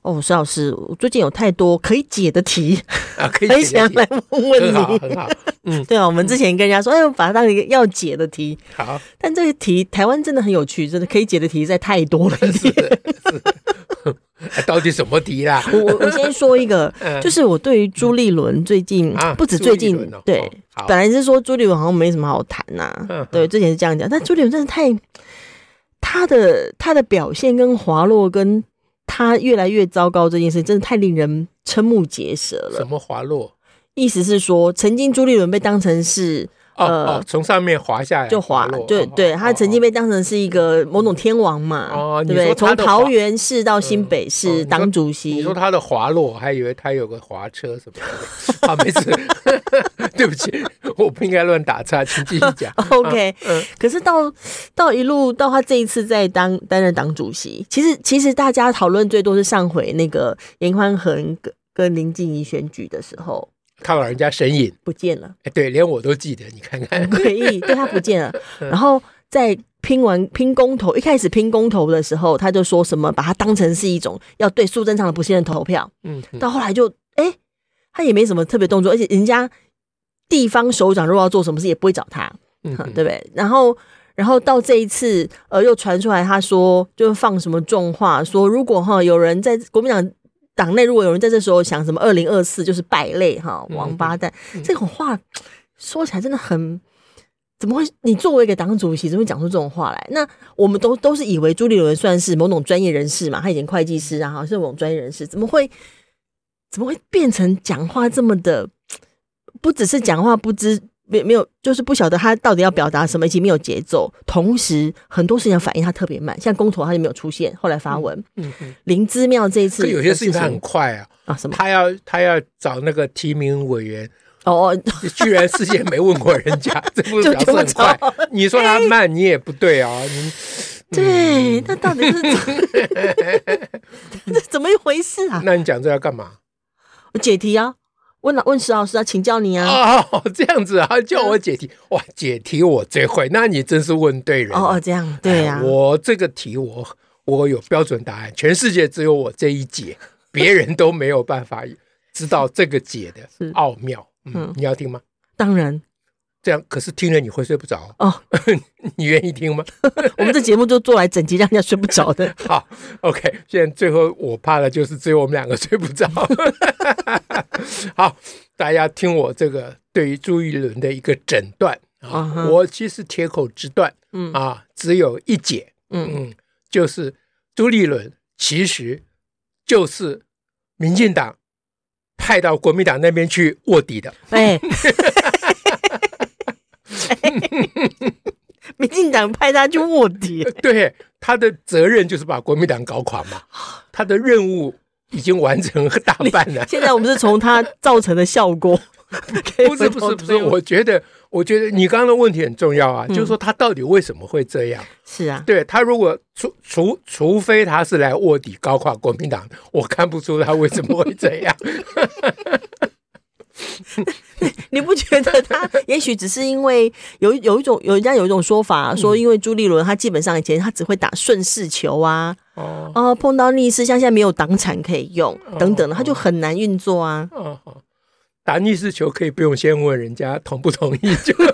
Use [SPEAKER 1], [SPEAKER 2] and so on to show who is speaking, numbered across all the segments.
[SPEAKER 1] 哦，石老师，我最近有太多可以解的题，
[SPEAKER 2] 啊，可以
[SPEAKER 1] 很
[SPEAKER 2] 解决
[SPEAKER 1] 想来问问
[SPEAKER 2] 很好
[SPEAKER 1] 你。
[SPEAKER 2] 很好，
[SPEAKER 1] 对啊，我们之前跟人家说，哎，我把它当一个要解的题，
[SPEAKER 2] 好，
[SPEAKER 1] 但这个题台湾真的很有趣，真的可以解的题实在太多 了。
[SPEAKER 2] 哎到底什么题啦？
[SPEAKER 1] 我我我先说一个
[SPEAKER 2] 嗯，
[SPEAKER 1] 就是我对于朱立伦最近
[SPEAKER 2] 啊
[SPEAKER 1] 不止最
[SPEAKER 2] 朱
[SPEAKER 1] 近
[SPEAKER 2] 立伦哦，
[SPEAKER 1] 对
[SPEAKER 2] 哦好，
[SPEAKER 1] 本来是说朱立伦好像没什么好谈呐
[SPEAKER 2] 嗯，
[SPEAKER 1] 对，之前是这样讲，但朱立伦真的太他的他的表现跟滑落跟他越来越糟糕这件事，真的太令人瞠目结舌了
[SPEAKER 2] 什。么滑落？
[SPEAKER 1] 意思是说，曾经朱立伦被当成是
[SPEAKER 2] 哦
[SPEAKER 1] 呃
[SPEAKER 2] 哦，从上面滑下来
[SPEAKER 1] 就滑
[SPEAKER 2] 落，
[SPEAKER 1] 对
[SPEAKER 2] 哦
[SPEAKER 1] 对，
[SPEAKER 2] 哦
[SPEAKER 1] 他曾经被当成是一个某种天王嘛
[SPEAKER 2] 哦，
[SPEAKER 1] 对不
[SPEAKER 2] 你
[SPEAKER 1] 对？
[SPEAKER 2] 说
[SPEAKER 1] 从
[SPEAKER 2] 他的滑
[SPEAKER 1] 桃园市到新北
[SPEAKER 2] 嗯哦
[SPEAKER 1] 市
[SPEAKER 2] 你说
[SPEAKER 1] 当主
[SPEAKER 2] 你
[SPEAKER 1] 席
[SPEAKER 2] 说，他的滑落，我还以为他有个滑车什么的。 啊，没事，对不起，我不应该乱打岔，请继续 讲。
[SPEAKER 1] 哦 OK，、
[SPEAKER 2] 嗯
[SPEAKER 1] 可是到到一路到他这一次在当担任党主席，其实其实大家讨论最多是上回那个严宽恒跟跟林静怡选举的时候
[SPEAKER 2] 看老人家神隐，
[SPEAKER 1] 不见 了，
[SPEAKER 2] 哎，对，连我都记得，你看看。
[SPEAKER 1] 诡异，对他不见 了，
[SPEAKER 2] 嗯
[SPEAKER 1] 然后在。拼完拼公投，一开始拼公投的时候，他就说什么把它当成是一种要对苏贞昌的不信任投票，
[SPEAKER 2] 嗯，嗯
[SPEAKER 1] 到后来就哎、诶他也没什么特别动作，而且人家地方首长如果要做什么事也不会找他，
[SPEAKER 2] 嗯
[SPEAKER 1] 嗯
[SPEAKER 2] 嗯
[SPEAKER 1] 对不对？然后，然后到这一次，呃，又传出来他说，就放什么重话，说如果哈有人在国民党党内，如果有人在这时候想什么二零二四就是败类哈，
[SPEAKER 2] 嗯
[SPEAKER 1] 王八蛋，这种话说起来真的很。怎么会？你作为一个党主席，怎么会讲出这种话来？那我们都都是以为朱立伦算是某种专业人士嘛，他以前会计师啊，哈，是某种专业人士，怎么会怎么会变成讲话这么的？不只是讲话不知没没有，就是不晓得他到底要表达什么，以及没有节奏。同时，很多事情反应他特别慢，像公投他就没有出现，后来发文。
[SPEAKER 2] 嗯嗯。
[SPEAKER 1] 林之妙这一次
[SPEAKER 2] 可有些事情他
[SPEAKER 1] 的
[SPEAKER 2] 很快啊，
[SPEAKER 1] 啊什么
[SPEAKER 2] 他要他要找那个提名委员，
[SPEAKER 1] 哦哦，
[SPEAKER 2] 居然事先没问过人家， 这不是
[SPEAKER 1] 就
[SPEAKER 2] 表示很快
[SPEAKER 1] 就不？
[SPEAKER 2] 你说
[SPEAKER 1] 哎
[SPEAKER 2] 他慢，你也不对啊。你 嗯
[SPEAKER 1] 对，那到底是 这怎么一回事啊？
[SPEAKER 2] 那你讲这要干嘛？
[SPEAKER 1] 我解题啊，问老问石老师啊，请教你啊。
[SPEAKER 2] 哦， 这样子啊，叫我解题，哇，解题我最会，那你真是问对人了
[SPEAKER 1] 哦哦，这样对呀、
[SPEAKER 2] 哎
[SPEAKER 1] 啊，
[SPEAKER 2] 我这个题我我有标准答案，全世界只有我这一解，别人都没有办法知道这个 解的奥妙。嗯
[SPEAKER 1] 嗯，
[SPEAKER 2] 你要听吗？
[SPEAKER 1] 当然
[SPEAKER 2] 这样可是听了你会睡不着，
[SPEAKER 1] 哦，
[SPEAKER 2] 你愿意听吗？
[SPEAKER 1] 我们这节目就做来整集让人家睡不着 的。
[SPEAKER 2] 好，OK，现在最后我怕的就是只有我们两个睡不 着。好，大家听我这个对于朱一伦的一个诊断
[SPEAKER 1] 嗯
[SPEAKER 2] 啊
[SPEAKER 1] 哼
[SPEAKER 2] 我其实铁口直断，
[SPEAKER 1] 嗯
[SPEAKER 2] 啊，只有一解，
[SPEAKER 1] 嗯，
[SPEAKER 2] 嗯，就是朱立伦其实就是民进党派到国民党那边去卧底的。
[SPEAKER 1] 哎。民进党派他去卧底，。
[SPEAKER 2] 呃对，他的责任就是把国民党搞垮嘛，他的任务已经完成大半了
[SPEAKER 1] 现在我们是从他造成的效 果，可以
[SPEAKER 2] 不是
[SPEAKER 1] 回
[SPEAKER 2] 不
[SPEAKER 1] 头
[SPEAKER 2] 是不是，
[SPEAKER 1] 推论
[SPEAKER 2] 我觉得我觉得你刚刚的问题很重要
[SPEAKER 1] 嗯
[SPEAKER 2] 啊，就是说他到底为什么会这样？
[SPEAKER 1] 是啊，
[SPEAKER 2] 对他如果除除除非他是来卧底搞垮国民党，我看不出他为什么会这样。
[SPEAKER 1] 你不觉得他也许只是因为有 一有一种有人家有一种说法、
[SPEAKER 2] 嗯
[SPEAKER 1] 说，因为朱立伦他基本上以前他只会打顺势球啊，
[SPEAKER 2] 哦
[SPEAKER 1] 哦、碰到逆势，像现在没有党产可以用
[SPEAKER 2] 哦
[SPEAKER 1] 等等的，他就很难运作啊。
[SPEAKER 2] 哦，好打逆势球可以不用先问人家同不同意， 就
[SPEAKER 1] 就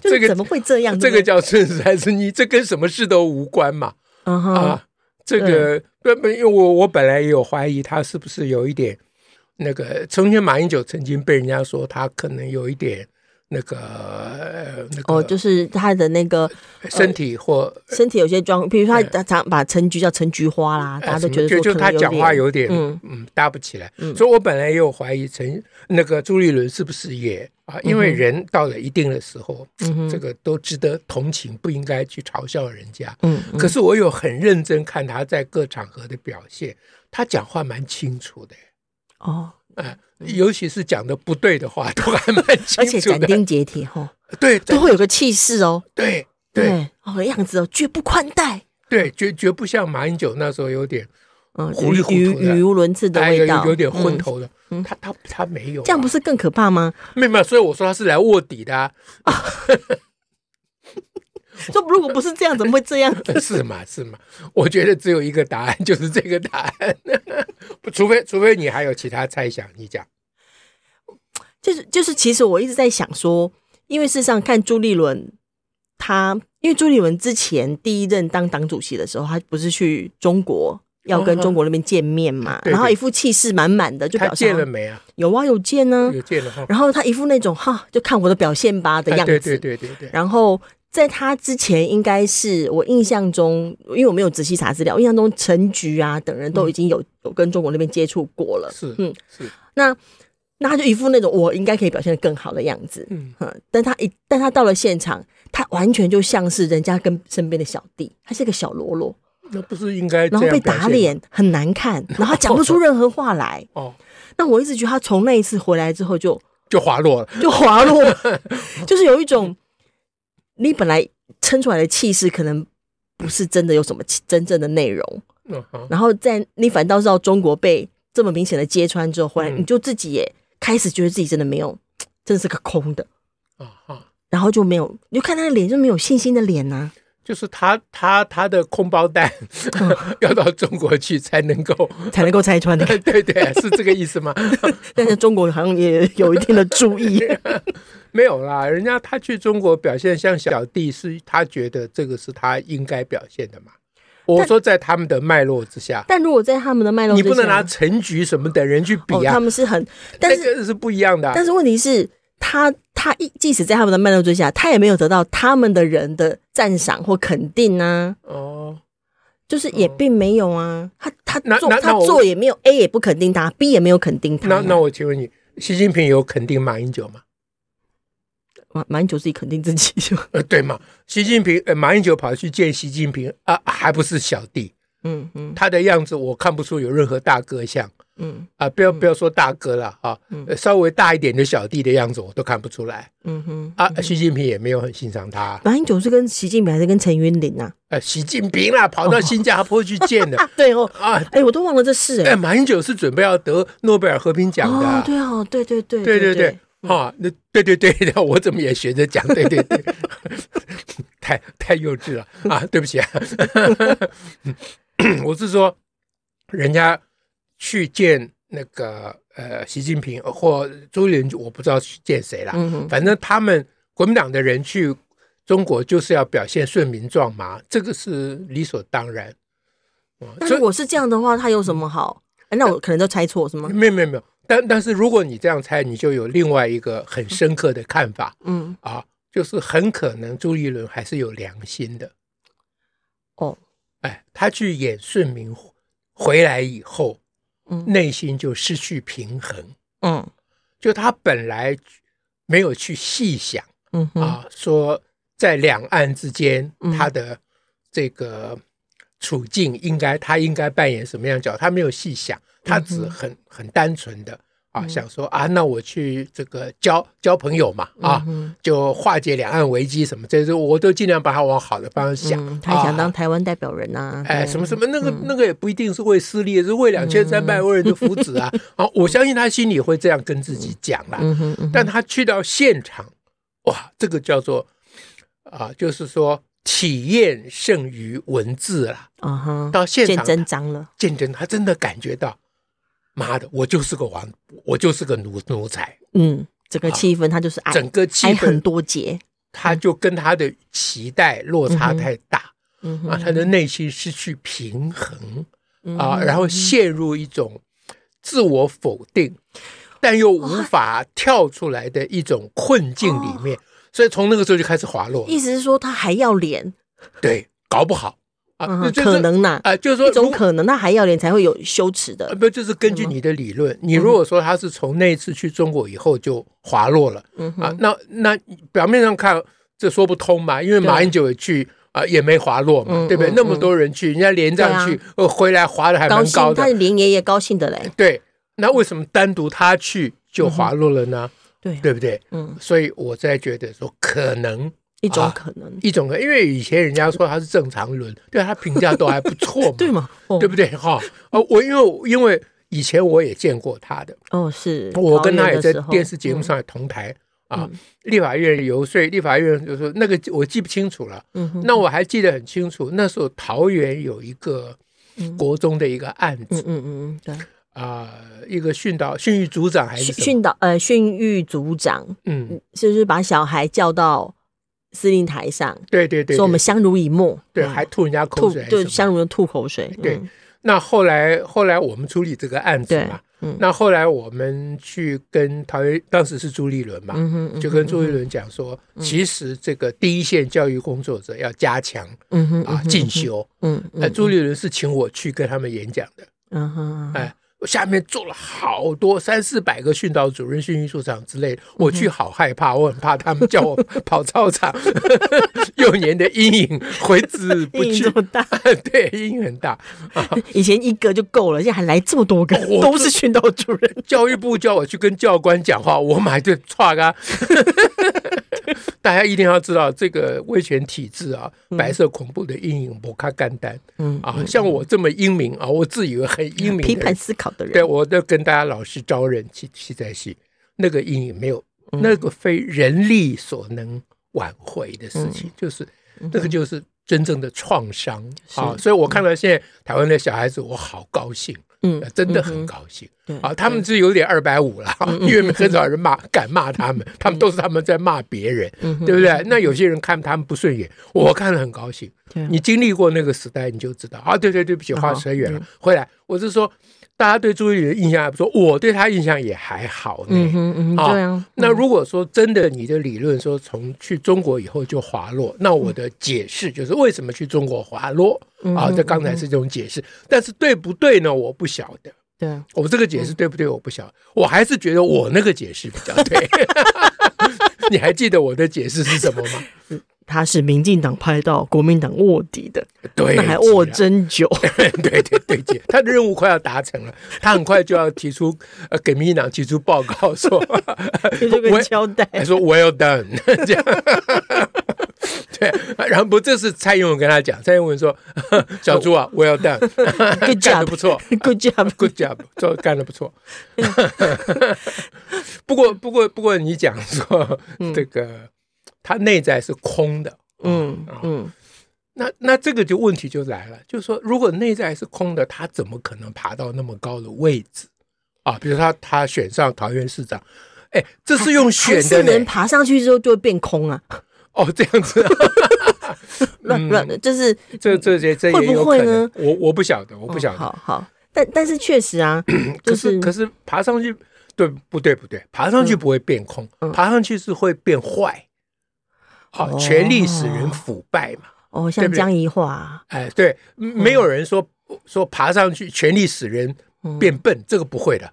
[SPEAKER 2] 这
[SPEAKER 1] 是
[SPEAKER 2] 个
[SPEAKER 1] 怎么会这样？
[SPEAKER 2] 这
[SPEAKER 1] 对
[SPEAKER 2] 个
[SPEAKER 1] 不对
[SPEAKER 2] 叫顺势还是逆，这跟什么事都无关嘛。
[SPEAKER 1] 嗯哼、
[SPEAKER 2] 啊，这个不不，因为我我本来也有怀疑他是不是有一点那个，从前马英九曾经被人家说他可能有一点那个、呃那
[SPEAKER 1] 哦，
[SPEAKER 2] 个
[SPEAKER 1] 就是呃他的那个
[SPEAKER 2] 身体或
[SPEAKER 1] 身体有些状，比如说他常把陈菊叫陈菊花啦，大家
[SPEAKER 2] 呃
[SPEAKER 1] 都
[SPEAKER 2] 什
[SPEAKER 1] 觉
[SPEAKER 2] 么，
[SPEAKER 1] 得
[SPEAKER 2] 就
[SPEAKER 1] 说
[SPEAKER 2] 就
[SPEAKER 1] 可能
[SPEAKER 2] 他讲话有点
[SPEAKER 1] 嗯
[SPEAKER 2] 嗯搭不起来，所以我本来也有怀疑陈那个朱立伦是不是也啊，因为人到了一定的时候，
[SPEAKER 1] 嗯哼
[SPEAKER 2] 这个都值得同情，不应该去嘲笑人家。
[SPEAKER 1] 嗯
[SPEAKER 2] 可是我有很认真看他在各场合的表现，他讲话蛮清楚的。
[SPEAKER 1] 哦，
[SPEAKER 2] 哎、尤其是讲的不对的话，都还蛮
[SPEAKER 1] 而且
[SPEAKER 2] 清楚
[SPEAKER 1] 斩
[SPEAKER 2] 的。
[SPEAKER 1] 钉截铁哈，
[SPEAKER 2] 对
[SPEAKER 1] 都
[SPEAKER 2] 对
[SPEAKER 1] 会有个气势哦，
[SPEAKER 2] 对对
[SPEAKER 1] 哦的样子哦，绝不宽待，
[SPEAKER 2] 对，绝绝不像马英九那时候有点
[SPEAKER 1] 嗯，
[SPEAKER 2] 糊里糊
[SPEAKER 1] 语
[SPEAKER 2] 涂的
[SPEAKER 1] 语无伦次的
[SPEAKER 2] 哎
[SPEAKER 1] 味
[SPEAKER 2] 有
[SPEAKER 1] 道，
[SPEAKER 2] 有点昏
[SPEAKER 1] 嗯，
[SPEAKER 2] 头的，他他他没有啊、
[SPEAKER 1] 这样不是更可怕 吗？
[SPEAKER 2] 没有没有，所以我说他是来卧底 的、啊，
[SPEAKER 1] 说如果不是这样，怎么会这样？
[SPEAKER 2] 是嘛是嘛？我觉得只有一个答案，就是这个答案， 不除非除非你还有其他猜想，你讲
[SPEAKER 1] 就是就是，其实我一直在想说，因为事实上看朱立伦，他因为朱立伦之前第一任当党主席的时候，他不是去中国要跟
[SPEAKER 2] 嗯哼
[SPEAKER 1] 中国那边见面嘛，
[SPEAKER 2] 对
[SPEAKER 1] 然后
[SPEAKER 2] 对
[SPEAKER 1] 一副气势满满的，就
[SPEAKER 2] 他
[SPEAKER 1] 表示
[SPEAKER 2] 见了
[SPEAKER 1] 他
[SPEAKER 2] 没啊？
[SPEAKER 1] 有啊有见呢、
[SPEAKER 2] 有见了哈。
[SPEAKER 1] 然后他一副那种哈，就看我的表现吧的
[SPEAKER 2] 哎
[SPEAKER 1] 样子。
[SPEAKER 2] 对对对对对，
[SPEAKER 1] 然后在他之前，应该是我印象中，因为我没有仔细查资料，我印象中陈菊啊等人都
[SPEAKER 2] 嗯
[SPEAKER 1] 已经有、有跟中国那边接触过了。
[SPEAKER 2] 是
[SPEAKER 1] 嗯
[SPEAKER 2] 是
[SPEAKER 1] 那那他就一副那种我应该可以表现得更好的样子，
[SPEAKER 2] 嗯，
[SPEAKER 1] 嗯，但他一但他到了现场，他完全就像是人家跟身边的小弟，他是个小喽啰，
[SPEAKER 2] 那不是应该这
[SPEAKER 1] 然后
[SPEAKER 2] 样
[SPEAKER 1] 被
[SPEAKER 2] 表
[SPEAKER 1] 打
[SPEAKER 2] 现
[SPEAKER 1] 脸很难看，然后他讲不 出任何话来。
[SPEAKER 2] 哦，
[SPEAKER 1] 那我一直觉得他从那一次回来之后就
[SPEAKER 2] 就滑落了。
[SPEAKER 1] 就滑落，就是有一种你本来撑出来的气势，可能不是真的有什么 气真正的内容，
[SPEAKER 2] 嗯好，
[SPEAKER 1] 然后在你反倒是到中国被这么明显的揭穿之后，回来
[SPEAKER 2] 嗯
[SPEAKER 1] 你就自己也开始觉得自己真的没有，真的是个空的，
[SPEAKER 2] 啊哈，
[SPEAKER 1] 然后就没有，你就看他的脸就没有信心的脸啊呐、
[SPEAKER 2] 就是他他他的空包蛋
[SPEAKER 1] 嗯
[SPEAKER 2] 要到中国去才 能够，
[SPEAKER 1] 才能够拆穿的。
[SPEAKER 2] 对对对，是这个意思吗？
[SPEAKER 1] 但是中国好像也有一定的注意，
[SPEAKER 2] 没有啦，人家他去中国表现像小弟，是他觉得这个是他应该表现的嘛。我说在他们的脉络之下，
[SPEAKER 1] 但如果在他们的脉络
[SPEAKER 2] 你
[SPEAKER 1] 之下，
[SPEAKER 2] 不能拿陈局什么的人去比
[SPEAKER 1] 哦，
[SPEAKER 2] 啊，
[SPEAKER 1] 他们是很，但
[SPEAKER 2] 那
[SPEAKER 1] 是
[SPEAKER 2] 个是不一样的啊。
[SPEAKER 1] 但是问题是，他他一即使在他们的脉络之下，他也没有得到他们的人的赞赏或肯定啊，
[SPEAKER 2] 哦，
[SPEAKER 1] 就是也并没有啊。他他
[SPEAKER 2] 那
[SPEAKER 1] 做
[SPEAKER 2] 那
[SPEAKER 1] 他
[SPEAKER 2] 那我
[SPEAKER 1] 做也没有，A 也不肯定他，B 也没有肯定他。
[SPEAKER 2] 那那我请问你，习近平有肯定马英九吗？
[SPEAKER 1] 马马英九自己肯定自己就
[SPEAKER 2] 呃，对嘛，习近平、呃、马英九跑去见习近平啊，还不是小弟，
[SPEAKER 1] 嗯嗯
[SPEAKER 2] 他的样子我看不出有任何大哥像
[SPEAKER 1] 嗯
[SPEAKER 2] 啊，不要不要说大哥了啊
[SPEAKER 1] 嗯，
[SPEAKER 2] 呃稍微大一点的小弟的样子我都看不出来
[SPEAKER 1] 嗯哼。
[SPEAKER 2] 啊。习近平也没有很欣赏他、
[SPEAKER 1] 马英九是跟习近平还是跟陈云林啊？
[SPEAKER 2] 呃，习近平啦，跑到新加坡去见的、
[SPEAKER 1] 啊， 对哦，
[SPEAKER 2] 啊。
[SPEAKER 1] 哎，我都忘了这事
[SPEAKER 2] 哎，
[SPEAKER 1] 哎。
[SPEAKER 2] 马英九是准备要得诺贝尔和平奖的、啊
[SPEAKER 1] 哦，对哦，对对对
[SPEAKER 2] 对对
[SPEAKER 1] 对嗯
[SPEAKER 2] 对，，哈、那对对对，我怎么也学着讲？对对 对，太太幼稚了啊！对不起啊， 我是说，人家去见那个呃习近平或周立人，我不知道去见谁啦，
[SPEAKER 1] 嗯哼
[SPEAKER 2] 反正他们国民党的人去中国就是要表现顺民壮麻，这个是理所当然。哦
[SPEAKER 1] 那
[SPEAKER 2] 所
[SPEAKER 1] 如
[SPEAKER 2] 以
[SPEAKER 1] 果是这样的话，他有什么好？哎那我可能都猜错是吗？
[SPEAKER 2] 没有没有没有，但但是如果你这样猜，你就有另外一个很深刻的看法
[SPEAKER 1] 嗯，
[SPEAKER 2] 啊，就是很可能朱立伦还是有良心的。
[SPEAKER 1] 哦，
[SPEAKER 2] 哎，他去演顺民回来以后，
[SPEAKER 1] 嗯
[SPEAKER 2] 内心就失去平衡，
[SPEAKER 1] 嗯
[SPEAKER 2] 就他本来没有去细想
[SPEAKER 1] 嗯哼，
[SPEAKER 2] 啊，说在两岸之间
[SPEAKER 1] 嗯
[SPEAKER 2] 他的这个处境应该他应该扮演什么样的角色，他没有细想，他只很很单纯的啊
[SPEAKER 1] 嗯
[SPEAKER 2] 想说啊，那我去这个交交朋友嘛啊
[SPEAKER 1] 嗯。哼
[SPEAKER 2] 就化解两岸危机什么，这些我都尽量把它往好的方向想。
[SPEAKER 1] 嗯、他也想
[SPEAKER 2] 啊
[SPEAKER 1] 当台湾代表人嗯呐、
[SPEAKER 2] 哎，
[SPEAKER 1] 对
[SPEAKER 2] 什么什么那个那个也不一定是为私利，是为两千三百万人的福祉啊！啊，我相信他心里会这样跟自己讲啦。
[SPEAKER 1] 嗯哼，嗯哼
[SPEAKER 2] 但他去到现场，哇，这个叫做啊，就是说体验胜于文字啦。
[SPEAKER 1] 啊哈，
[SPEAKER 2] 到现
[SPEAKER 1] 见
[SPEAKER 2] 场
[SPEAKER 1] 真章了，
[SPEAKER 2] 见证，他真的感觉到，妈的，我就是个王，我就是个奴奴才。
[SPEAKER 1] 嗯，整个气氛他就是爱，
[SPEAKER 2] 整个气
[SPEAKER 1] 爱哎很
[SPEAKER 2] 氛，
[SPEAKER 1] 多节，
[SPEAKER 2] 他就跟他的期待落差太大
[SPEAKER 1] 嗯哼
[SPEAKER 2] 啊，他的内心失去平衡。
[SPEAKER 1] 嗯
[SPEAKER 2] 啊，然后陷入一种自我否定，但又无法跳出来的一种困境里面，
[SPEAKER 1] 哦
[SPEAKER 2] 所以从那个时候就开始滑落了，
[SPEAKER 1] 意思是说他还要脸，
[SPEAKER 2] 对，搞不好啊，
[SPEAKER 1] 嗯
[SPEAKER 2] 那
[SPEAKER 1] 哼，
[SPEAKER 2] 就是
[SPEAKER 1] 可能呐、
[SPEAKER 2] 啊，就是说
[SPEAKER 1] 一种
[SPEAKER 2] 如
[SPEAKER 1] 可能，嗯他还要脸才会有羞耻的
[SPEAKER 2] 呃，不就是根据你的理论，你如果说他是从那一次去中国以后就滑落了
[SPEAKER 1] 嗯
[SPEAKER 2] 啊
[SPEAKER 1] 哼，，
[SPEAKER 2] 那那表面上看这说不通嘛，因为马
[SPEAKER 1] 对
[SPEAKER 2] 英九也去。啊，也没滑落嘛，
[SPEAKER 1] 嗯
[SPEAKER 2] 对不对？
[SPEAKER 1] 嗯
[SPEAKER 2] 那么
[SPEAKER 1] 嗯
[SPEAKER 2] 多人去，人家连战
[SPEAKER 1] 对啊
[SPEAKER 2] 去，呃，回来滑的还蛮
[SPEAKER 1] 兴
[SPEAKER 2] 高，的
[SPEAKER 1] 他，是连爷爷高兴的嘞，
[SPEAKER 2] 对，那为什么单独他去就滑落了呢？
[SPEAKER 1] 对啊，
[SPEAKER 2] 对不对？
[SPEAKER 1] 嗯，
[SPEAKER 2] 所以我在觉得说，可能
[SPEAKER 1] 一种
[SPEAKER 2] 啊
[SPEAKER 1] 可能，
[SPEAKER 2] 一种可能，因为以前人家说他是正常轮，对他评价都还不错 嘛，
[SPEAKER 1] 对吗？哦
[SPEAKER 2] 对不对？哈、哦，我因为因为以前我也见过他的，
[SPEAKER 1] 哦，是
[SPEAKER 2] 我跟他也在
[SPEAKER 1] 桃园的时候
[SPEAKER 2] 电视节目
[SPEAKER 1] 嗯
[SPEAKER 2] 上也同台、啊
[SPEAKER 1] 嗯。
[SPEAKER 2] 立法院游说，立法院就说那个我记不清楚了，
[SPEAKER 1] 嗯哼，
[SPEAKER 2] 那我还记得很清楚，那时候桃园有一个
[SPEAKER 1] 嗯
[SPEAKER 2] 国中的一个案
[SPEAKER 1] 嗯
[SPEAKER 2] 子
[SPEAKER 1] 嗯嗯嗯，对，
[SPEAKER 2] 啊、一个训导训育组长还是
[SPEAKER 1] 训
[SPEAKER 2] 什么，
[SPEAKER 1] 训导呃训育组长
[SPEAKER 2] 嗯，
[SPEAKER 1] 是不是把小孩叫到司令台上，
[SPEAKER 2] 对对对
[SPEAKER 1] 说我们
[SPEAKER 2] 对，
[SPEAKER 1] 相濡以沫，
[SPEAKER 2] 对
[SPEAKER 1] 嗯
[SPEAKER 2] 还吐人家口
[SPEAKER 1] 吐
[SPEAKER 2] 水还
[SPEAKER 1] 对
[SPEAKER 2] 是什
[SPEAKER 1] 相
[SPEAKER 2] 么。
[SPEAKER 1] 濡的吐口水，
[SPEAKER 2] 对
[SPEAKER 1] 嗯
[SPEAKER 2] 那后来后来我们处理这个案子
[SPEAKER 1] 对
[SPEAKER 2] 嘛，，
[SPEAKER 1] 嗯
[SPEAKER 2] 那后来我们去跟桃园，当时是朱立伦嘛，
[SPEAKER 1] 嗯哼，
[SPEAKER 2] 就跟朱
[SPEAKER 1] 注
[SPEAKER 2] 一
[SPEAKER 1] 意，
[SPEAKER 2] 伦讲说，其实这个第一线教育工作者要加强
[SPEAKER 1] 嗯哼
[SPEAKER 2] 啊进，修。
[SPEAKER 1] 嗯哼嗯
[SPEAKER 2] 呃，
[SPEAKER 1] 哼
[SPEAKER 2] 朱立伦是请我去跟他们演讲的，
[SPEAKER 1] 嗯哼，
[SPEAKER 2] 哎，我下面坐了好多三四百个训导主任、训育处长之
[SPEAKER 1] 嗯
[SPEAKER 2] 类的，我去好害怕，我很怕他们叫我跑操场， 幼年的阴影挥之不
[SPEAKER 1] 阴影
[SPEAKER 2] 去
[SPEAKER 1] 这。么大，
[SPEAKER 2] 对，阴影很大。
[SPEAKER 1] 以前一个就够了，现在还来这么多个，
[SPEAKER 2] 我
[SPEAKER 1] 都是训导主任，
[SPEAKER 2] 教育部叫我去跟教官讲话，我马上就岔啊！ 大家一定要知道，这个威权体制啊，白色恐怖的阴影不卡干单
[SPEAKER 1] 嗯
[SPEAKER 2] 啊。像我这么英明啊，我自以为很英明
[SPEAKER 1] 批
[SPEAKER 2] 的
[SPEAKER 1] 判
[SPEAKER 2] 人，
[SPEAKER 1] 思考的人，
[SPEAKER 2] 对，我都跟大家老实招认，其其在戏那个阴影没有，
[SPEAKER 1] 嗯
[SPEAKER 2] 那个非人力所能挽回的事
[SPEAKER 1] 嗯
[SPEAKER 2] 情，就是那个就是真正的创伤啊。所以我看到现在台湾的小孩子，我好高兴。
[SPEAKER 1] 嗯
[SPEAKER 2] 呃，真
[SPEAKER 1] 嗯
[SPEAKER 2] 的很
[SPEAKER 1] 哼
[SPEAKER 2] 高兴。
[SPEAKER 1] 对嗯
[SPEAKER 2] 啊，他们是有点二百五了，因为很少人骂敢骂他们，他们都是他们在骂别人，
[SPEAKER 1] 嗯哼
[SPEAKER 2] 对不对？那有些人看他们不顺眼，我看了很高兴。
[SPEAKER 1] 对啊
[SPEAKER 2] 你经历过那个时代，你就知道啊。对对，对不起，
[SPEAKER 1] 哦
[SPEAKER 2] 话扯远了。回来，我是说，大家对朱立伦印象还不错，我对他印象也还好
[SPEAKER 1] 嗯
[SPEAKER 2] 呢。
[SPEAKER 1] 哼嗯哼，
[SPEAKER 2] 啊
[SPEAKER 1] 对啊，
[SPEAKER 2] 那如果说真的，你的理论说从去中国以后就滑落，那我
[SPEAKER 1] 嗯
[SPEAKER 2] 的解释就是为什么去中国滑落啊？这
[SPEAKER 1] 嗯
[SPEAKER 2] 刚才是这种解释，但是对不对呢？我不晓得。
[SPEAKER 1] 对啊，
[SPEAKER 2] 我这个解释对不对？我不晓得，我还是觉得我那个解释比较 对。你还记得我的解释是什么吗？
[SPEAKER 1] 他是民进党拍到国民党卧底的，
[SPEAKER 2] 对，
[SPEAKER 1] 那
[SPEAKER 2] 啊
[SPEAKER 1] 还握真久，
[SPEAKER 2] 对对对，姐，他的任务快要达成了，他很快就要提出呃给民进党提出报 告说，
[SPEAKER 1] 就
[SPEAKER 2] 我
[SPEAKER 1] 跟交 代。
[SPEAKER 2] 还说 Well done 这样。对，然后不，这是蔡英文跟他讲，蔡英文说：“ 小朱啊，Well done，
[SPEAKER 1] Good
[SPEAKER 2] 干
[SPEAKER 1] job，
[SPEAKER 2] 得不 错。”啊
[SPEAKER 1] Good job，
[SPEAKER 2] Good job，做干得 不错。不过，不过，不过，你讲说这个，它内在是空的，
[SPEAKER 1] 嗯
[SPEAKER 2] 啊
[SPEAKER 1] 嗯，
[SPEAKER 2] 那那这个就问题就来了，就是说，如果内在是空的，他怎么可能爬到那么高的位置啊？比如他他选上桃园市长，哎，这是用选
[SPEAKER 1] 还是
[SPEAKER 2] 的
[SPEAKER 1] 人
[SPEAKER 2] 呢？
[SPEAKER 1] 爬上去之后就会变空啊，
[SPEAKER 2] 哦，这样 子，
[SPEAKER 1] 乱乱的，就是
[SPEAKER 2] 这这这这
[SPEAKER 1] 会
[SPEAKER 2] 也
[SPEAKER 1] 不
[SPEAKER 2] 有
[SPEAKER 1] 会
[SPEAKER 2] 可能
[SPEAKER 1] 呢。
[SPEAKER 2] 我我不晓得，我
[SPEAKER 1] 我
[SPEAKER 2] 不晓得。
[SPEAKER 1] 哦好好，但但是确实啊，
[SPEAKER 2] 可
[SPEAKER 1] 就是是嗯
[SPEAKER 2] 可是爬上去，对不对？不对，爬上去不会变空，爬上去是会变坏。好、
[SPEAKER 1] 哦
[SPEAKER 2] 权力使人腐败嘛。
[SPEAKER 1] 哦，
[SPEAKER 2] 对
[SPEAKER 1] 像
[SPEAKER 2] 不对
[SPEAKER 1] 江宜桦啊，
[SPEAKER 2] 哎，对，没有人说、说爬上去权力使人变笨，这个不会的。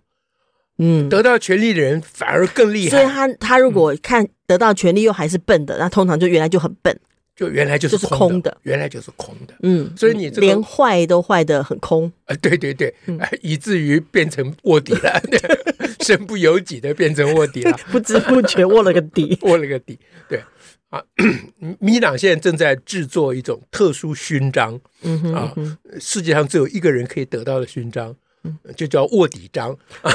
[SPEAKER 1] 嗯，
[SPEAKER 2] 得到权力的人反而更厉
[SPEAKER 1] 所以
[SPEAKER 2] 害，嗯
[SPEAKER 1] 他他如果看得到权力又还是笨的，那通常就原来就很笨，
[SPEAKER 2] 就原来就是
[SPEAKER 1] 就是
[SPEAKER 2] 空的，
[SPEAKER 1] 空的
[SPEAKER 2] 原来就是空的。
[SPEAKER 1] 嗯，
[SPEAKER 2] 所以你这个
[SPEAKER 1] 连嗯坏都坏的很 空，
[SPEAKER 2] 呃，对对对，哎 以至于变成卧底了， 身不由己的变成卧底了。，
[SPEAKER 1] 不知不觉握了个底
[SPEAKER 2] 我了个底，对啊， 民进党现在正在制作一种特殊勋章
[SPEAKER 1] 嗯哼，嗯
[SPEAKER 2] 啊，世界上只有一个人可以得到的勋章。就叫卧底 章，啊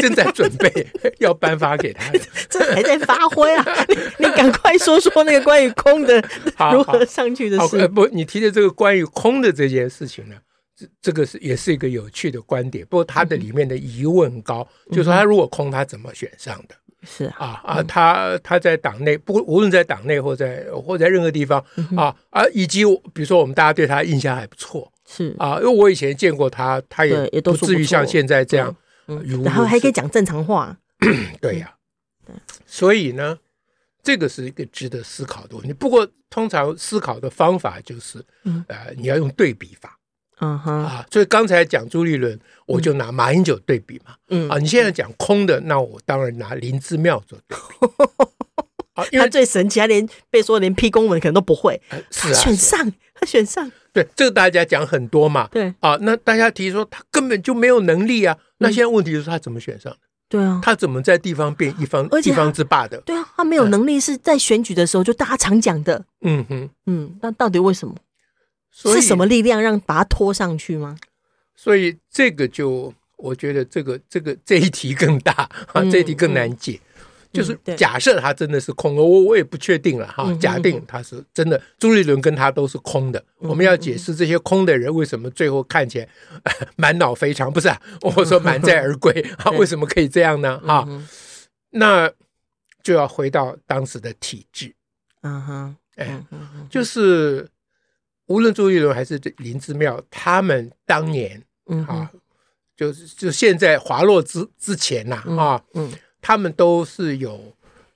[SPEAKER 2] 正在准备 要颁发 给他的。
[SPEAKER 1] 这还在发挥啊！ 你你赶快说说那个关于空的
[SPEAKER 2] 好
[SPEAKER 1] 如何上去的
[SPEAKER 2] 好，呃
[SPEAKER 1] 事。
[SPEAKER 2] 不，你提的这个关于空的这件事情呢，这这个是也是一个有趣的观点。不过它的
[SPEAKER 1] 嗯
[SPEAKER 2] 里面的疑问高，就是说他如果空，他怎么选上的？
[SPEAKER 1] 是啊，
[SPEAKER 2] 啊啊，他他在党内，不无论在党内或在或在任何地方
[SPEAKER 1] 嗯
[SPEAKER 2] 啊啊，以及我比如说我们大家对他印象还不错
[SPEAKER 1] 是，
[SPEAKER 2] 啊，因为我以前见过他，他
[SPEAKER 1] 嗯对
[SPEAKER 2] 也
[SPEAKER 1] 也都
[SPEAKER 2] 不
[SPEAKER 1] 说
[SPEAKER 2] 至于
[SPEAKER 1] 不错
[SPEAKER 2] 像现在这样
[SPEAKER 1] 嗯
[SPEAKER 2] 语无
[SPEAKER 1] 然后
[SPEAKER 2] 伦
[SPEAKER 1] 还可以嗯
[SPEAKER 2] 次
[SPEAKER 1] 讲正常话。
[SPEAKER 2] 对呀、所以呢，这个是一个值得思考的问题。不过通常思考的方法就是
[SPEAKER 1] 嗯，
[SPEAKER 2] 呃，你要用对比法
[SPEAKER 1] 嗯哼，
[SPEAKER 2] 啊。所以刚才讲朱立伦，我就拿马英九对比嘛。
[SPEAKER 1] 嗯
[SPEAKER 2] 啊，，你现在讲空的，那我当然拿林之妙做对比。 啊，因
[SPEAKER 1] 他
[SPEAKER 2] 为
[SPEAKER 1] 最神奇，他连被说连批公文可能都不会，
[SPEAKER 2] 呃
[SPEAKER 1] 他
[SPEAKER 2] 是啊
[SPEAKER 1] 选上，他选上，
[SPEAKER 2] 对，这个大家讲很多嘛。
[SPEAKER 1] 对，
[SPEAKER 2] 啊，那大家提说他根本就没有能力啊，
[SPEAKER 1] 嗯
[SPEAKER 2] 那现在问题就是他怎么选上的？
[SPEAKER 1] 对啊，
[SPEAKER 2] 他怎么在地方变一方
[SPEAKER 1] 而且
[SPEAKER 2] 一
[SPEAKER 1] 他
[SPEAKER 2] 方之霸的？
[SPEAKER 1] 对啊，他没有能力是在选举的时候就大家常讲的，
[SPEAKER 2] 嗯哼，
[SPEAKER 1] 嗯，那到底为什么？
[SPEAKER 2] 所以
[SPEAKER 1] 是什么力量让把他拖上去吗？
[SPEAKER 2] 所以这个就我觉得这个这个这一题更大啊，
[SPEAKER 1] 嗯
[SPEAKER 2] 这一题更难解。就是
[SPEAKER 1] 对
[SPEAKER 2] 假设他真的是空的，我我也不确定了哈
[SPEAKER 1] 嗯。嗯哼
[SPEAKER 2] 假定他是真的，朱立伦跟他都是空的。我们要解释这些空的人为什么最后看起来呃满脑肥肠，不是、啊？我说满载而归啊，
[SPEAKER 1] 嗯对
[SPEAKER 2] 为什么可以这样呢？哈，
[SPEAKER 1] 嗯
[SPEAKER 2] 那就要回到当时的体制，
[SPEAKER 1] 哼，
[SPEAKER 2] 哎，
[SPEAKER 1] 嗯哼嗯哼，
[SPEAKER 2] 就是无论朱立伦还是林之妙，他们当年
[SPEAKER 1] 嗯哼
[SPEAKER 2] 啊，就是就现在滑落之之前呐
[SPEAKER 1] 嗯
[SPEAKER 2] 啊，
[SPEAKER 1] 嗯
[SPEAKER 2] 他们都是有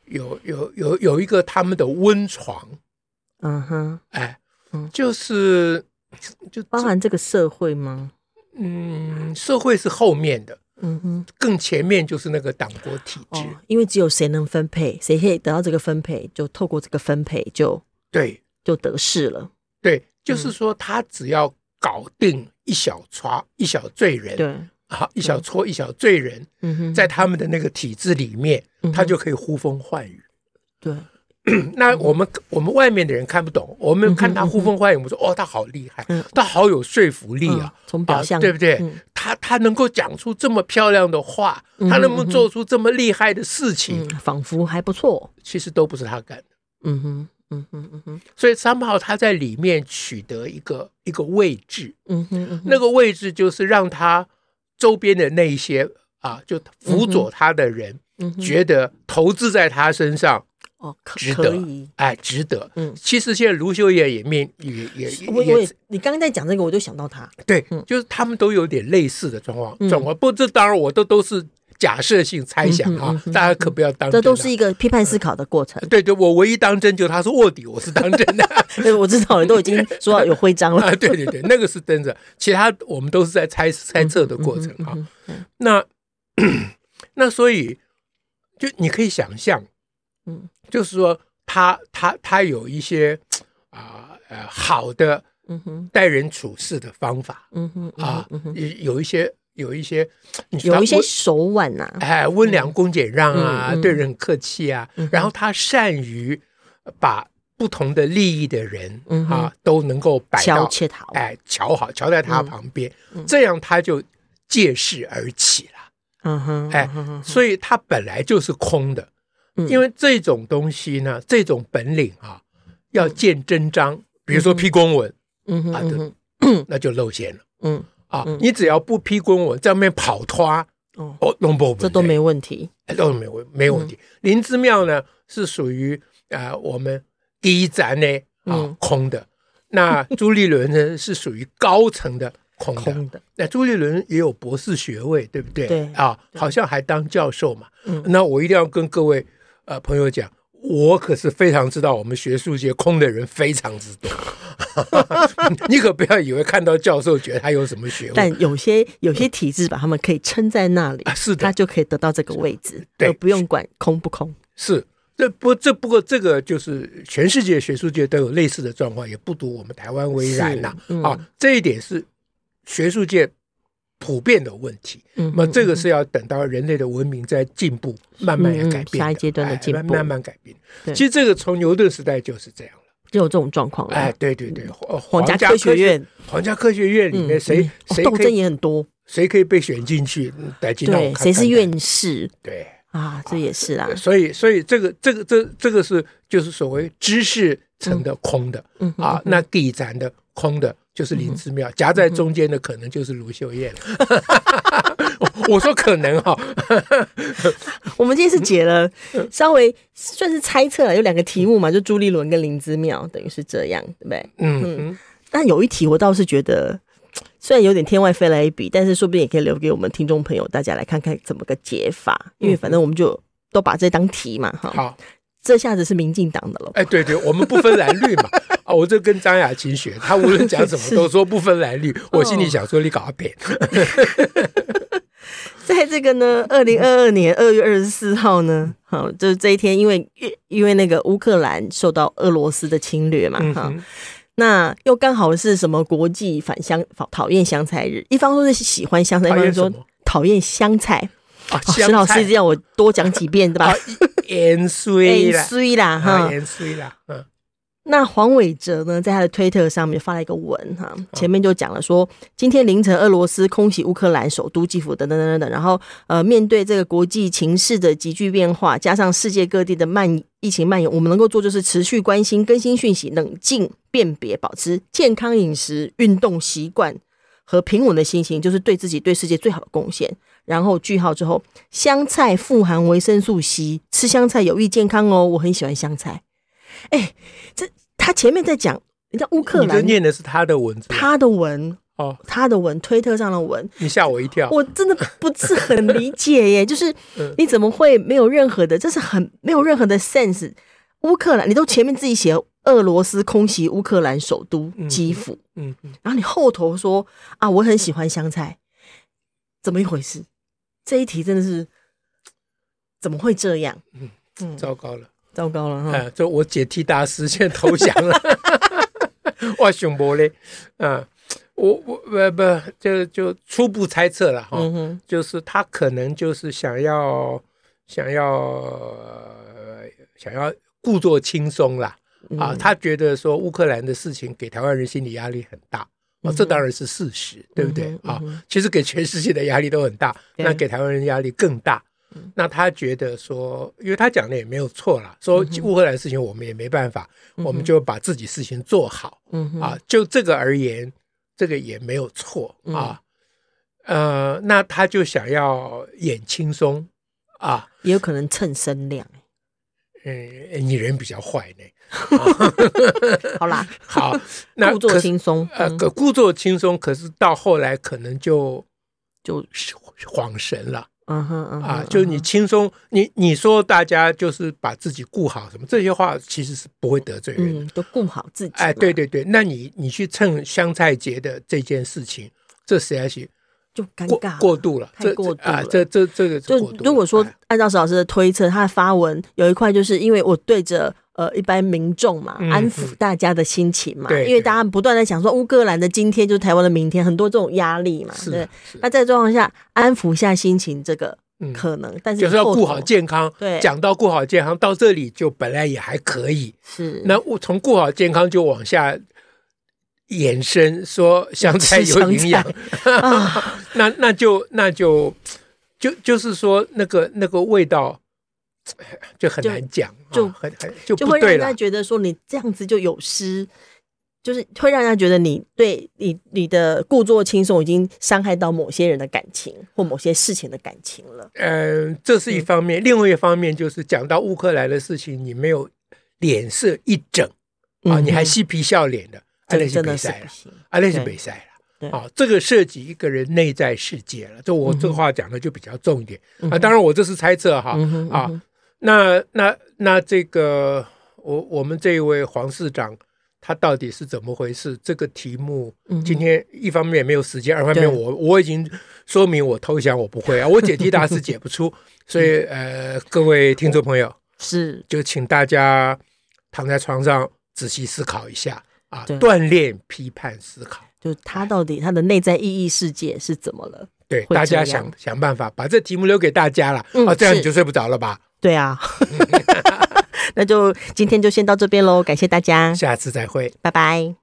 [SPEAKER 2] 有有有有一个他们的温床，
[SPEAKER 1] 嗯哼，
[SPEAKER 2] 哎
[SPEAKER 1] 嗯，
[SPEAKER 2] 就是就
[SPEAKER 1] 包含这个社会吗？
[SPEAKER 2] 嗯，社会是后面的，
[SPEAKER 1] 嗯哼，
[SPEAKER 2] 更前面就是那个党国体制，
[SPEAKER 1] 哦，因为只有谁能分配，谁可以得到这个分配，就透过这个分配就
[SPEAKER 2] 对
[SPEAKER 1] 就得势了。
[SPEAKER 2] 对，
[SPEAKER 1] 嗯
[SPEAKER 2] 就是说他只要搞定一小撮一小罪人，
[SPEAKER 1] 对，
[SPEAKER 2] 啊，一小撮一小罪人，
[SPEAKER 1] 嗯哼，
[SPEAKER 2] 在他们的那个体制里面
[SPEAKER 1] 嗯哼，
[SPEAKER 2] 他就可以呼风唤雨。
[SPEAKER 1] 对，
[SPEAKER 2] 那我们我们外面的人看不懂，我们看他呼风唤雨，我们说哦，他好厉害
[SPEAKER 1] 嗯，
[SPEAKER 2] 他好有说服力啊
[SPEAKER 1] 嗯，从表
[SPEAKER 2] 啊
[SPEAKER 1] 象
[SPEAKER 2] 对不对
[SPEAKER 1] 嗯？
[SPEAKER 2] 他他能够讲出这么漂亮的话，
[SPEAKER 1] 嗯
[SPEAKER 2] 他能不能做出这么厉害的事情
[SPEAKER 1] 嗯，，仿佛还不错。
[SPEAKER 2] 其实都不是他干的。
[SPEAKER 1] 嗯哼，嗯哼，嗯哼，
[SPEAKER 2] 所以三炮他在里面取得一个一个位置，
[SPEAKER 1] 嗯哼，嗯哼
[SPEAKER 2] 那个位置就是让他周边的那一些啊，就辅佐他的人
[SPEAKER 1] 嗯哼
[SPEAKER 2] 觉得投资在他身上。
[SPEAKER 1] 哦，可
[SPEAKER 2] 值
[SPEAKER 1] 可
[SPEAKER 2] 得
[SPEAKER 1] 以。，
[SPEAKER 2] 哎，值得。
[SPEAKER 1] 嗯
[SPEAKER 2] 其实现在卢秀燕也面也也
[SPEAKER 1] 我我
[SPEAKER 2] 也
[SPEAKER 1] 也，你刚刚在讲这个，我就想到他。
[SPEAKER 2] 对
[SPEAKER 1] 嗯，
[SPEAKER 2] 就是他们都有点类似的状况
[SPEAKER 1] 嗯
[SPEAKER 2] 状况。不过这当然我都都是假设性猜想
[SPEAKER 1] 嗯嗯
[SPEAKER 2] 啊
[SPEAKER 1] 嗯嗯，
[SPEAKER 2] 大家可不要当真
[SPEAKER 1] 这
[SPEAKER 2] 啊。
[SPEAKER 1] 都是一个批判思考的过程。
[SPEAKER 2] 对对，我唯一当真就是他是卧底，我是当真 的
[SPEAKER 1] 对，我知道了，都已经说有徽章了。
[SPEAKER 2] 啊。对对对，那个是真的，其他我们都是在猜猜测 的过程啊。
[SPEAKER 1] 嗯哼
[SPEAKER 2] 那那 所以就你可以想象，
[SPEAKER 1] 嗯
[SPEAKER 2] 就是说他他他有一些啊呃好的
[SPEAKER 1] 嗯哼，
[SPEAKER 2] 待人处事的方法
[SPEAKER 1] 嗯哼，嗯
[SPEAKER 2] 啊
[SPEAKER 1] 哼，嗯哼，
[SPEAKER 2] 有有一些有一些，你说他
[SPEAKER 1] 有一些
[SPEAKER 2] 温
[SPEAKER 1] 手腕啊呐。
[SPEAKER 2] 哎温良恭俭让啊
[SPEAKER 1] 嗯嗯，
[SPEAKER 2] 对人很客气啊
[SPEAKER 1] 嗯哼，
[SPEAKER 2] 然后他善于把不同的利益的人
[SPEAKER 1] 嗯哼
[SPEAKER 2] 啊都能够摆
[SPEAKER 1] 敲
[SPEAKER 2] 到
[SPEAKER 1] 切桃，
[SPEAKER 2] 哎瞧好瞧在他
[SPEAKER 1] 嗯
[SPEAKER 2] 旁边
[SPEAKER 1] 嗯，
[SPEAKER 2] 这样他就借势而起了。
[SPEAKER 1] 嗯哼，
[SPEAKER 2] 哎
[SPEAKER 1] 嗯哼，
[SPEAKER 2] 所以它本来就是空的，
[SPEAKER 1] 嗯
[SPEAKER 2] 因为这种东西呢，这种本领啊，要见真章，比如说批公文，
[SPEAKER 1] 嗯哼，
[SPEAKER 2] 啊
[SPEAKER 1] 嗯
[SPEAKER 2] 对
[SPEAKER 1] 哼，
[SPEAKER 2] 那就露馅了
[SPEAKER 1] 嗯，
[SPEAKER 2] 啊！
[SPEAKER 1] 嗯
[SPEAKER 2] 你只要不批公文，在外面跑脱，
[SPEAKER 1] 哦，
[SPEAKER 2] 哦，弄不稳
[SPEAKER 1] 这都没问题。
[SPEAKER 2] 哎都没问没
[SPEAKER 1] 嗯
[SPEAKER 2] 问题。林之妙呢，是属于呃我们第一站呢啊
[SPEAKER 1] 嗯
[SPEAKER 2] 空的， 那朱立伦呢是属于高层的空的，
[SPEAKER 1] 空的，
[SPEAKER 2] 那朱立伦也有博士学位，对不对？
[SPEAKER 1] 对
[SPEAKER 2] 啊，好像还当教授嘛。
[SPEAKER 1] 嗯
[SPEAKER 2] 那我一定要跟各位呃朋友讲，我可是非常知道我们学术界空的人非常之多。 你可不要以为看到教授觉得他有什么学位，
[SPEAKER 1] 但有些有些体制把他们可以撑在那里
[SPEAKER 2] 啊，是的
[SPEAKER 1] 他就可以得到这个位置，
[SPEAKER 2] 对
[SPEAKER 1] 而不用管空不空。
[SPEAKER 2] 是这不这不过这个就是全世界学术界都有类似的状况，也不独我们台湾为然呐、
[SPEAKER 1] 是嗯
[SPEAKER 2] 啊，这一点是学术界普遍的问题。
[SPEAKER 1] 嗯
[SPEAKER 2] 那么这个是要等到人类的文明在进步，慢慢地改
[SPEAKER 1] 嗯嗯
[SPEAKER 2] 变的、
[SPEAKER 1] 下一阶段的进步
[SPEAKER 2] 哎慢慢慢改变。
[SPEAKER 1] 对
[SPEAKER 2] 其实这个从牛顿时代就是这样了。
[SPEAKER 1] 就有这种状况了。
[SPEAKER 2] 哎，对对对，呃
[SPEAKER 1] 嗯皇家科学院，
[SPEAKER 2] 皇家科学院里面
[SPEAKER 1] 嗯
[SPEAKER 2] 谁、
[SPEAKER 1] 哦
[SPEAKER 2] 谁
[SPEAKER 1] 斗
[SPEAKER 2] 可
[SPEAKER 1] 争
[SPEAKER 2] 以、
[SPEAKER 1] 也很多，
[SPEAKER 2] 谁可以被选进去？嗯得进到我
[SPEAKER 1] 对，
[SPEAKER 2] 看看
[SPEAKER 1] 谁是
[SPEAKER 2] 看嗯
[SPEAKER 1] 院士
[SPEAKER 2] 对。
[SPEAKER 1] 啊？这也是啦，
[SPEAKER 2] 所以，所以这个这个这这个是就是所谓知识层的空的、
[SPEAKER 1] 嗯嗯
[SPEAKER 2] 啊，那地展的空的就是林之妙，夹在中间的可能就是卢秀燕了。 我我说可能哈、
[SPEAKER 1] 我们今天是解了
[SPEAKER 2] 嗯
[SPEAKER 1] 稍微算是猜测了，有两个题目嘛，就朱立伦跟林之妙，等于是这样，对不对？
[SPEAKER 2] 嗯，
[SPEAKER 1] 但有一题我倒是觉得，虽然有点天外飞来一笔，但是说不定也可以留给我们听众朋友大家来看看怎么个解法，因为反正我们就都把这当题嘛，哈。
[SPEAKER 2] 嗯好，
[SPEAKER 1] 这下子是民进党的了，
[SPEAKER 2] 哎，对对，我们不分蓝绿 嘛。啊，我这跟张雅琴学，她无论讲什么都说不分蓝绿，
[SPEAKER 1] 哦
[SPEAKER 2] 我心里想说你搞阿扁，
[SPEAKER 1] 在这个呢，二零二二年二月二十四号呢，好，就是这一天，因为因为那个乌克兰受到俄罗斯的侵略嘛，
[SPEAKER 2] 嗯
[SPEAKER 1] 哈、
[SPEAKER 2] 哼，
[SPEAKER 1] 那又刚好是什么国际反香讨讨厌香菜日，一方说是喜欢香菜，一
[SPEAKER 2] 讨
[SPEAKER 1] 方
[SPEAKER 2] 啊厌什
[SPEAKER 1] 说
[SPEAKER 2] 么？
[SPEAKER 1] 讨厌香菜。
[SPEAKER 2] 啊，
[SPEAKER 1] 哦沈老师这样，我多讲几遍，对吧
[SPEAKER 2] 啊？，盐水啦，
[SPEAKER 1] 衰啦
[SPEAKER 2] 啊，
[SPEAKER 1] 哈。
[SPEAKER 2] 盐水啦，嗯，
[SPEAKER 1] 那黄伟哲呢，在他的推特上面发了一个文哈，
[SPEAKER 2] 嗯
[SPEAKER 1] 前面就讲了说，今天凌晨俄罗斯空袭乌克兰首都基辅等等等等等，然后呃，面对这个国际情势的急剧变化，加上世界各地的蔓疫情蔓延，我们能够做就是持续关心、更新讯息、冷静辨别、保持健康饮食、运动习惯和平稳的心情，就是对自己、对世界最好的贡献。然后句号之后，香菜富含维生素 C，吃香菜有益健康哦，我很喜欢香菜。哎，这他前面在讲人家乌克
[SPEAKER 2] 你这
[SPEAKER 1] 兰
[SPEAKER 2] 念的是他的文字，啊
[SPEAKER 1] 他的文，
[SPEAKER 2] 哦，
[SPEAKER 1] 他的文，推特上的文，
[SPEAKER 2] 你吓我一跳，
[SPEAKER 1] 我真的不是很理解耶， 就是
[SPEAKER 2] 嗯
[SPEAKER 1] 你怎么会没有任何的，这是很没有任何的 sense。乌克兰，你都前面自己写俄罗斯空袭乌克兰首都基辅，
[SPEAKER 2] 嗯，嗯
[SPEAKER 1] 然后你后头说啊，我很喜欢香菜，怎么一回事？这一题真的是怎么会这样？嗯，
[SPEAKER 2] 糟糕了，
[SPEAKER 1] 糟糕了哈！
[SPEAKER 2] 啊，这我解题大师现在投降了， 我想不嘞，啊，我我不不，就就初步猜测了哈，
[SPEAKER 1] 嗯哼，
[SPEAKER 2] 就是他可能就是想要想要、呃想要故作轻松啦，
[SPEAKER 1] 嗯
[SPEAKER 2] 啊，他觉得说乌克兰的事情给台湾人心理压力很大。啊，这当然是事实，对不对
[SPEAKER 1] 嗯嗯？哼
[SPEAKER 2] 啊
[SPEAKER 1] 嗯哼，
[SPEAKER 2] 其实给全世界的压力都很大，
[SPEAKER 1] 对嗯
[SPEAKER 2] 那给台湾人压力更大。那他觉得说，因为他讲的也没有错啦，
[SPEAKER 1] 嗯
[SPEAKER 2] 说乌克兰事情我们也没办法，我们就把自己事情做好。
[SPEAKER 1] 嗯哼，
[SPEAKER 2] 啊，就这个而言，这个也没有错
[SPEAKER 1] 嗯
[SPEAKER 2] 啊。呃，那他就想要演轻松啊，
[SPEAKER 1] 也有可能蹭身量。
[SPEAKER 2] 嗯，你人比较坏呢。
[SPEAKER 1] 好啦，
[SPEAKER 2] 好， 那
[SPEAKER 1] 故作
[SPEAKER 2] 可是
[SPEAKER 1] 轻松，
[SPEAKER 2] 呃，
[SPEAKER 1] 嗯
[SPEAKER 2] 可故作轻松，可是到后来可能就
[SPEAKER 1] 就
[SPEAKER 2] 恍神了
[SPEAKER 1] 嗯哼嗯哼
[SPEAKER 2] 啊。就你轻松，你你说大家就是把自己顾好什么，这些话其实是不会得罪人的。
[SPEAKER 1] 嗯，都顾好自己。
[SPEAKER 2] 哎，对，对对，那你你去蹭香菜节的这件事情，这实在是
[SPEAKER 1] 就尴
[SPEAKER 2] 过
[SPEAKER 1] 尬
[SPEAKER 2] 过
[SPEAKER 1] 了。
[SPEAKER 2] 度了，
[SPEAKER 1] 太
[SPEAKER 2] 这
[SPEAKER 1] 过
[SPEAKER 2] 这啊，
[SPEAKER 1] 度了
[SPEAKER 2] 这这这个是
[SPEAKER 1] 就
[SPEAKER 2] 过度了
[SPEAKER 1] 如果说
[SPEAKER 2] 哎
[SPEAKER 1] 按照史老师的推测，他的发文有一块就是因为我对着呃一般民众嘛，
[SPEAKER 2] 嗯
[SPEAKER 1] 安抚大家的心情嘛，
[SPEAKER 2] 对
[SPEAKER 1] 因为
[SPEAKER 2] 对
[SPEAKER 1] 大家不断在想说乌克兰的今天就是台湾的明天，很多这种压力嘛，
[SPEAKER 2] 是
[SPEAKER 1] 对
[SPEAKER 2] 啊。是啊
[SPEAKER 1] 那在状况下安抚一下心情，这个
[SPEAKER 2] 嗯
[SPEAKER 1] 可能，但是
[SPEAKER 2] 就是要
[SPEAKER 1] 后
[SPEAKER 2] 顾
[SPEAKER 1] 头
[SPEAKER 2] 好健康。
[SPEAKER 1] 对
[SPEAKER 2] 讲到顾好健康，到这里就本来也还可以，
[SPEAKER 1] 是
[SPEAKER 2] 那我从顾好健康就往下延伸，说香菜
[SPEAKER 1] 吃
[SPEAKER 2] 有
[SPEAKER 1] 香
[SPEAKER 2] 营养
[SPEAKER 1] 菜，啊，
[SPEAKER 2] 那那就那就就就是说那个那个味道。哎就很
[SPEAKER 1] 就
[SPEAKER 2] 难讲，啊
[SPEAKER 1] 就
[SPEAKER 2] 很很就
[SPEAKER 1] 就
[SPEAKER 2] 不
[SPEAKER 1] 会让
[SPEAKER 2] 对
[SPEAKER 1] 人
[SPEAKER 2] 了
[SPEAKER 1] 家。觉得说你这样子就有失，就是会让人家觉得你对你你的故作轻松已经伤害到某些人的感情或某些事情的感情了。
[SPEAKER 2] 嗯，这是一方面，另外一方面就是讲到乌克兰的事情，你没有脸色一整啊，
[SPEAKER 1] 嗯
[SPEAKER 2] 你还嬉皮笑脸的，啊，
[SPEAKER 1] 这
[SPEAKER 2] 那
[SPEAKER 1] 个
[SPEAKER 2] 是
[SPEAKER 1] 真
[SPEAKER 2] 比
[SPEAKER 1] 的是
[SPEAKER 2] 赛
[SPEAKER 1] 不
[SPEAKER 2] 了，
[SPEAKER 1] 行。
[SPEAKER 2] 啊，那是
[SPEAKER 1] 对
[SPEAKER 2] 比赛
[SPEAKER 1] 对
[SPEAKER 2] 了。啊，这个涉及一个人内在世界了，这我
[SPEAKER 1] 嗯哼嗯
[SPEAKER 2] 这话讲的就比较重一点啊。
[SPEAKER 1] 哼
[SPEAKER 2] 当然，我这是猜测哈
[SPEAKER 1] 嗯哼嗯
[SPEAKER 2] 啊
[SPEAKER 1] 哼。
[SPEAKER 2] 那那那这个我我们这一位黄市长，他到底是怎么回事？这个题目
[SPEAKER 1] 嗯哼
[SPEAKER 2] 今天一方面没有时间，二方面
[SPEAKER 1] 对
[SPEAKER 2] 我我已经说明我投降，我不 会啊，我解题大师解不出，所以呃，各位听众朋友，
[SPEAKER 1] 是
[SPEAKER 2] 就请大家躺在床上仔细思考一下啊，
[SPEAKER 1] 对
[SPEAKER 2] 锻炼批判思考。
[SPEAKER 1] 就他到底他的内在意义世界是怎么了？
[SPEAKER 2] 对，
[SPEAKER 1] 会
[SPEAKER 2] 大
[SPEAKER 1] 这
[SPEAKER 2] 家
[SPEAKER 1] 样
[SPEAKER 2] 想想办法把这题目留给大家了、
[SPEAKER 1] 嗯
[SPEAKER 2] 啊，这样你
[SPEAKER 1] 是
[SPEAKER 2] 就睡不着了吧？
[SPEAKER 1] 对啊，
[SPEAKER 2] 嗯
[SPEAKER 1] 那就今天就先到这边喽，感谢大家，
[SPEAKER 2] 下次再会。
[SPEAKER 1] 拜拜。